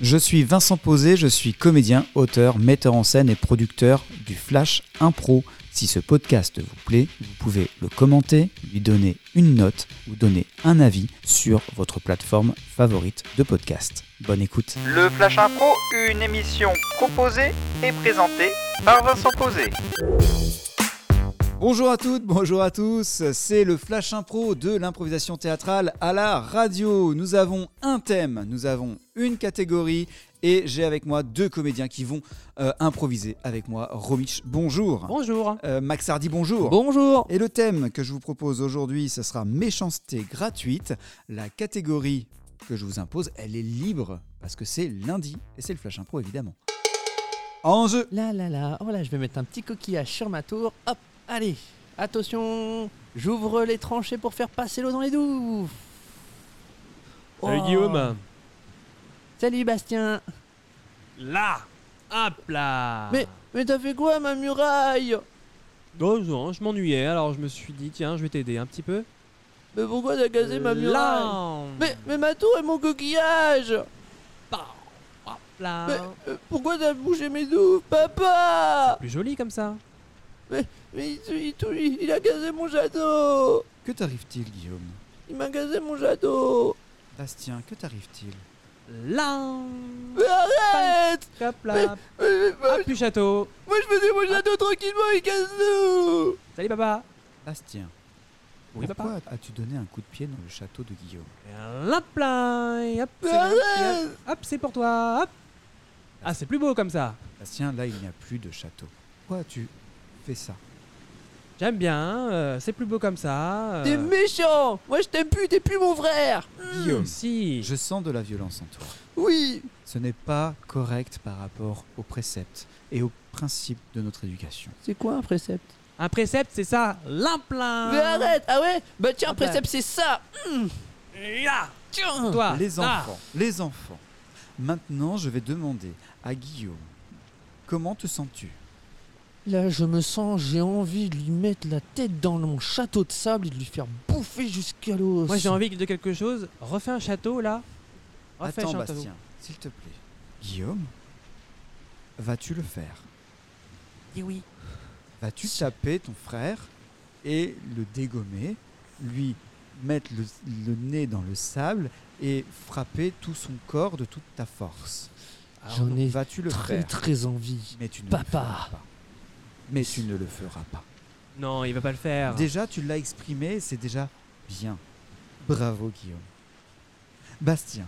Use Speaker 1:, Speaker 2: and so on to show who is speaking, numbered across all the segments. Speaker 1: Je suis Vincent Posé, je suis comédien, auteur, metteur en scène et producteur du Flash Impro. Si ce podcast vous plaît, vous pouvez le commenter, lui donner une note ou donner un avis sur votre plateforme favorite de podcast. Bonne écoute.
Speaker 2: Le Flash Impro, une émission proposée et présentée par Vincent Posé.
Speaker 1: Bonjour à toutes, bonjour à tous. C'est le Flash Impro de l'improvisation théâtrale à la radio. Nous avons un thème, nous avons une catégorie et j'ai avec moi deux comédiens qui vont euh, improviser avec moi. Romich, bonjour.
Speaker 3: Bonjour.
Speaker 1: Euh, Max Hardy, bonjour.
Speaker 3: Bonjour.
Speaker 1: Et le thème que je vous propose aujourd'hui, ce sera méchanceté gratuite. La catégorie que je vous impose, elle est libre parce que c'est lundi et c'est le Flash Impro évidemment. En jeu.
Speaker 3: Là, là, là. Oh là, je vais mettre un petit coquillage sur ma tour. Hop, allez. Attention. J'ouvre les tranchées pour faire passer l'eau dans les douves.
Speaker 4: Salut
Speaker 3: Oh.
Speaker 4: Guillaume.
Speaker 3: Salut Bastien.
Speaker 4: Là. Hop là.
Speaker 3: Mais, mais t'as fait quoi à ma muraille
Speaker 4: Oh, non, je m'ennuyais, alors je me suis dit tiens, je vais t'aider un petit peu.
Speaker 3: Mais pourquoi t'as cassé ma muraille
Speaker 4: Euh, là.
Speaker 3: mais, mais ma tour et mon coquillage
Speaker 4: Bah, Hop là.
Speaker 3: Mais euh, pourquoi t'as bougé mes douves, papa
Speaker 4: Plus joli comme ça.
Speaker 3: Mais il, il- il- il a cassé mon château
Speaker 1: Que t'arrive-t-il, Guillaume
Speaker 3: Il m'a cassé mon château
Speaker 1: Bastien, que t'arrive-t-il
Speaker 4: Là.
Speaker 3: Mais arrête
Speaker 4: Hop là.
Speaker 3: Mais- mais-
Speaker 4: Hop du château.
Speaker 3: Moi je faisais mon château tranquillement, il casse tout
Speaker 4: Salut papa.
Speaker 1: Bastien,
Speaker 4: Oui,
Speaker 1: pourquoi as-tu donné un coup de pied dans le château de Guillaume
Speaker 4: Hop là. et Hop.
Speaker 3: Mais
Speaker 4: c'est bon. Et
Speaker 3: arrête
Speaker 4: hop, Hop, c'est pour toi. Hop. Ah, c'est plus beau comme ça.
Speaker 1: Bastien, là, il n'y a plus de château. Pourquoi as-tu fait ça
Speaker 4: J'aime bien. euh, c'est plus beau comme ça. euh.
Speaker 3: T'es méchant Moi je t'aime plus, t'es plus mon frère
Speaker 1: Guillaume,
Speaker 4: Si.
Speaker 1: je sens de la violence en toi.
Speaker 3: Oui
Speaker 1: Ce n'est pas correct par rapport aux préceptes et aux principes de notre éducation.
Speaker 3: C'est quoi un précepte
Speaker 4: Un précepte, c'est ça. Là. plein.
Speaker 3: Mais arrête Ah ouais Bah tiens, un
Speaker 4: Ah bah.
Speaker 3: précepte c'est ça
Speaker 4: Là.
Speaker 3: Tiens
Speaker 4: Toi.
Speaker 1: les
Speaker 3: ah.
Speaker 4: là.
Speaker 1: enfants, les enfants. Maintenant, je vais demander à Guillaume comment te sens-tu
Speaker 3: Là je me sens, j'ai envie de lui mettre la tête dans mon château de sable et de lui faire bouffer jusqu'à l'os
Speaker 4: Moi j'ai envie de quelque chose. Refais un château là. Refais
Speaker 1: Attends,
Speaker 4: un château.
Speaker 1: Bastien, s'il te plaît. Guillaume, vas-tu le faire
Speaker 3: Et oui
Speaker 1: Vas-tu taper ton frère et le dégommer, lui mettre le, le nez dans le sable et frapper tout son corps de toute ta force
Speaker 4: Alors,
Speaker 3: J'en ai
Speaker 1: Vas-tu le
Speaker 3: très
Speaker 1: faire
Speaker 3: très envie
Speaker 1: Mais tu ne
Speaker 3: Papa.
Speaker 1: le feras pas. Mais tu ne le feras pas.
Speaker 4: Non, il va pas le faire.
Speaker 1: Déjà, tu l'as exprimé, c'est déjà bien. Bravo, Guillaume. Bastien,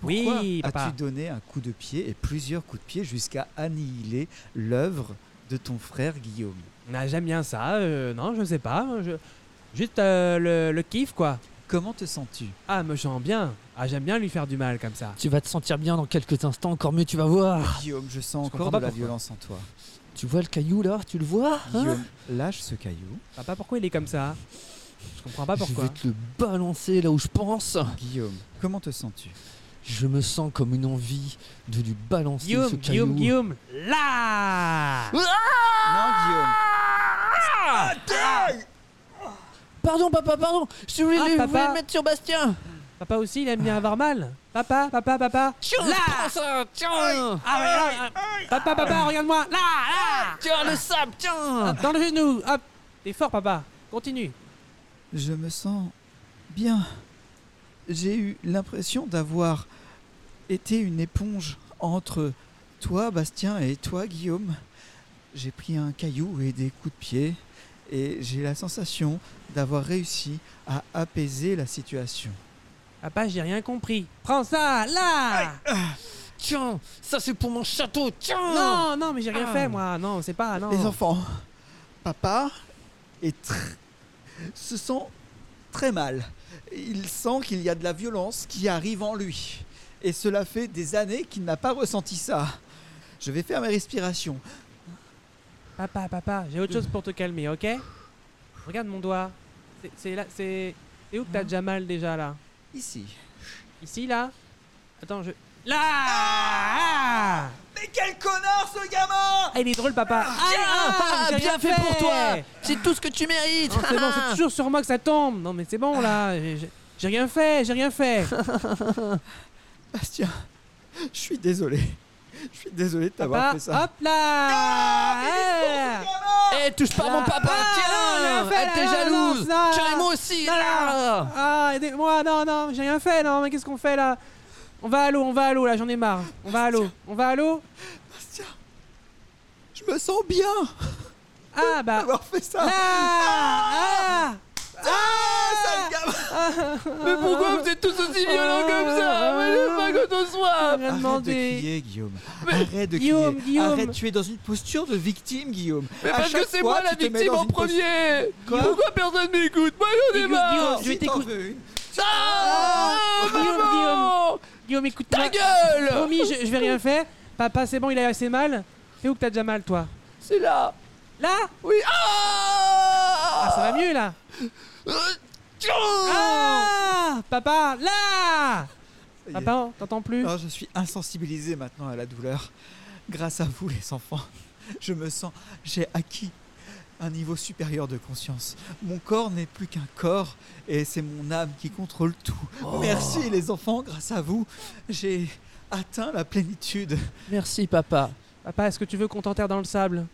Speaker 1: pourquoi
Speaker 4: oui, papa.
Speaker 1: as-tu donné un coup de pied et plusieurs coups de pied jusqu'à annihiler l'œuvre de ton frère Guillaume
Speaker 4: Ah, J'aime bien ça. euh, non, je sais pas. je- Juste euh, le, le kiff, quoi.
Speaker 1: Comment te sens-tu
Speaker 4: Ah, me sens bien. Ah, j'aime bien lui faire du mal comme ça.
Speaker 3: Tu vas te sentir bien dans quelques instants, encore mieux tu vas voir
Speaker 1: Guillaume, je sens
Speaker 4: Je
Speaker 1: encore
Speaker 4: comprends
Speaker 1: de
Speaker 4: pas
Speaker 1: la
Speaker 4: pourquoi.
Speaker 1: violence en toi.
Speaker 3: Tu vois le caillou là Tu le vois hein
Speaker 1: Guillaume, lâche ce caillou.
Speaker 4: Papa, pourquoi il est comme ça Je comprends pas Ah, pourquoi.
Speaker 3: Je vais te le balancer là où je pense.
Speaker 1: Guillaume, comment te sens-tu
Speaker 3: Je me sens comme une envie de lui balancer ce
Speaker 4: Guillaume,
Speaker 3: caillou.
Speaker 4: Guillaume, Guillaume, là
Speaker 1: Non, Guillaume.
Speaker 3: Pardon, papa, pardon. Je voulais,
Speaker 4: Ah,
Speaker 3: le, je
Speaker 4: papa.
Speaker 3: voulais le mettre sur Bastien.
Speaker 4: Papa aussi, il aime bien avoir mal. Papa, papa, papa.
Speaker 3: Tiens,
Speaker 4: Là
Speaker 3: prends ça, tiens.
Speaker 4: Ah, ouais, là, ah, Papa, papa, regarde-moi. Là,
Speaker 3: Tiens, le sable,
Speaker 4: là
Speaker 3: tiens.
Speaker 4: Hop, Dans le genou. Hop. T'es fort, papa. Continue.
Speaker 1: Je me sens bien. J'ai eu l'impression d'avoir été une éponge entre toi, Bastien, et toi, Guillaume. J'ai pris un caillou et des coups de pied, et j'ai la sensation d'avoir réussi à apaiser la situation.
Speaker 4: Papa, j'ai rien compris. Prends ça, là
Speaker 3: Tiens, ça c'est pour mon château, tiens.
Speaker 4: Non, non, mais j'ai rien
Speaker 3: Ah.
Speaker 4: fait, moi. Non, c'est pas, non.
Speaker 1: Les
Speaker 3: Oh.
Speaker 1: enfants, papa est tr- se sent très mal. Il sent qu'il y a de la violence qui arrive en lui. Et cela fait des années qu'il n'a pas ressenti ça. Je vais faire mes respirations.
Speaker 4: Papa, papa, j'ai autre chose pour te calmer, ok Regarde mon doigt. C'est- C'est là, c'est... C'est où que t'as déjà mal, déjà, là
Speaker 1: Ici.
Speaker 4: Ici, là Attends, je... Là ah,
Speaker 1: Mais quel connard ce gamin
Speaker 4: Il est drôle, papa. Ah,
Speaker 3: Tiens,
Speaker 4: ah, j'ai
Speaker 3: bien
Speaker 4: rien
Speaker 3: fait pour toi. Ah! C'est tout ce que tu mérites.
Speaker 4: Non, Ah, c'est bon, c'est toujours sur moi que ça tombe. Non, mais c'est bon, là. J'ai- J'ai j'ai rien fait, j'ai rien fait.
Speaker 1: Bastien, Je suis désolé. Je suis désolé de t'avoir
Speaker 4: Papa,
Speaker 1: fait ça.
Speaker 4: hop là
Speaker 3: Eh, touche pas à mon papa
Speaker 4: Ah,
Speaker 3: Tiens
Speaker 4: j'ai rien fait,
Speaker 3: Elle t'est
Speaker 4: là, non,
Speaker 3: jalouse
Speaker 4: non, non,
Speaker 3: Tiens, et
Speaker 4: non.
Speaker 3: moi aussi
Speaker 4: Non, non.
Speaker 3: là.
Speaker 4: Ah, aidez-moi, non, non, j'ai rien fait, non, mais qu'est-ce qu'on fait là On va à l'eau, on va à l'eau, là, j'en ai marre. On va à l'eau, on va à l'eau.
Speaker 1: Bastien, je me sens bien
Speaker 4: Ah, bah.
Speaker 1: d'avoir fait ça.
Speaker 4: Ah, ah,
Speaker 1: Ah, sale gamin
Speaker 3: Mais pourquoi vous êtes tous aussi violents
Speaker 4: Ah,
Speaker 3: comme ça Mais le fagot au
Speaker 4: on
Speaker 3: soir
Speaker 1: Arrête
Speaker 4: vient de
Speaker 1: de
Speaker 4: demander.
Speaker 1: crier, Guillaume. Arrête de
Speaker 4: Guillaume,
Speaker 1: crier.
Speaker 4: Guillaume.
Speaker 1: Arrête, tu es dans une posture de victime, Guillaume.
Speaker 3: Mais
Speaker 1: À
Speaker 3: parce
Speaker 1: chaque
Speaker 3: que c'est
Speaker 1: fois,
Speaker 3: moi la
Speaker 1: tu te mets
Speaker 3: victime
Speaker 1: dans
Speaker 3: en
Speaker 1: une posture-
Speaker 3: premier
Speaker 1: Quoi
Speaker 3: Pourquoi personne m'écoute Moi j'en ai
Speaker 4: Guillaume,
Speaker 3: marre
Speaker 4: Guillaume, Je vais
Speaker 1: Si t'en
Speaker 4: t'écouter.
Speaker 1: veux une.
Speaker 3: Ah
Speaker 4: Guillaume,
Speaker 3: Maman
Speaker 4: Guillaume, écoute,
Speaker 3: Ta gueule
Speaker 4: Promis, je, je vais rien faire. Papa, c'est bon, il a assez mal. C'est où que t'as déjà mal, toi
Speaker 3: C'est là
Speaker 4: Là
Speaker 3: Oui Ah Euh,
Speaker 4: Ah, ça va mieux, là Ah Papa, là
Speaker 1: Ça y est.
Speaker 4: Papa, on t'entends plus
Speaker 1: Ah, je suis insensibilisé maintenant à la douleur. Grâce à vous, les enfants, je me sens, j'ai acquis un niveau supérieur de conscience. Mon corps n'est plus qu'un corps et c'est mon âme qui contrôle tout.
Speaker 4: Oh.
Speaker 1: Merci, les enfants, grâce à vous, j'ai atteint la plénitude.
Speaker 3: Merci papa
Speaker 4: Papa, est-ce que tu veux qu'on t'enterre dans le sable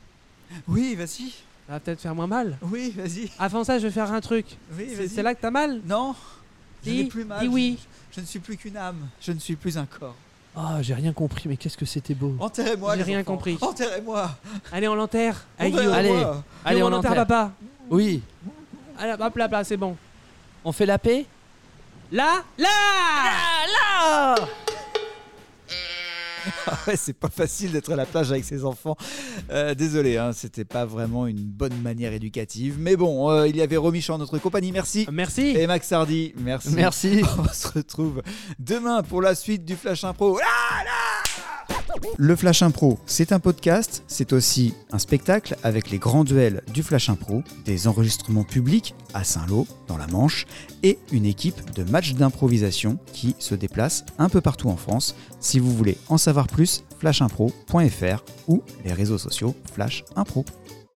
Speaker 1: Oui, vas-y.
Speaker 4: Ça va peut-être faire moins mal.
Speaker 1: Oui, vas-y.
Speaker 4: Avant ça, je vais faire un truc.
Speaker 1: Oui,
Speaker 4: C'est
Speaker 1: vas-y.
Speaker 4: c'est là que t'as mal
Speaker 1: Non, je
Speaker 4: Dis-
Speaker 1: n'ai plus mal.
Speaker 4: dis oui.
Speaker 1: Je, je ne suis plus qu'une âme. Je ne suis plus un corps.
Speaker 3: Ah j'ai rien compris mais qu'est-ce que c'était beau
Speaker 1: Enterrez-moi.
Speaker 4: J'ai
Speaker 1: les
Speaker 4: rien
Speaker 1: enfants.
Speaker 4: compris.
Speaker 1: Enterrez-moi.
Speaker 4: Allez, on l'enterre. Allez,
Speaker 1: Enterrez-moi.
Speaker 4: Guillaume.
Speaker 3: allez.
Speaker 4: Allez, on l'enterre, papa.
Speaker 3: Oui
Speaker 4: Allez, hop là, hop là, c'est bon.
Speaker 3: On fait la paix
Speaker 4: Là, Ah, là
Speaker 3: Là
Speaker 1: Ouais, c'est pas facile d'être à la plage avec ses enfants. Euh, désolé, hein, c'était pas vraiment une bonne manière éducative. Mais bon, euh, il y avait Romiche en notre compagnie, merci.
Speaker 4: Merci.
Speaker 1: Et Max Hardy, merci.
Speaker 3: Euh, Merci
Speaker 1: On se retrouve demain pour la suite du Flash Impro. Ah, Le Flash Impro, c'est un podcast, c'est aussi un spectacle avec les grands duels du Flash Impro, des enregistrements publics à Saint-Lô, dans la Manche, et une équipe de matchs d'improvisation qui se déplace un peu partout en France. Si vous voulez en savoir plus, flashimpro.fr ou les réseaux sociaux Flash Impro.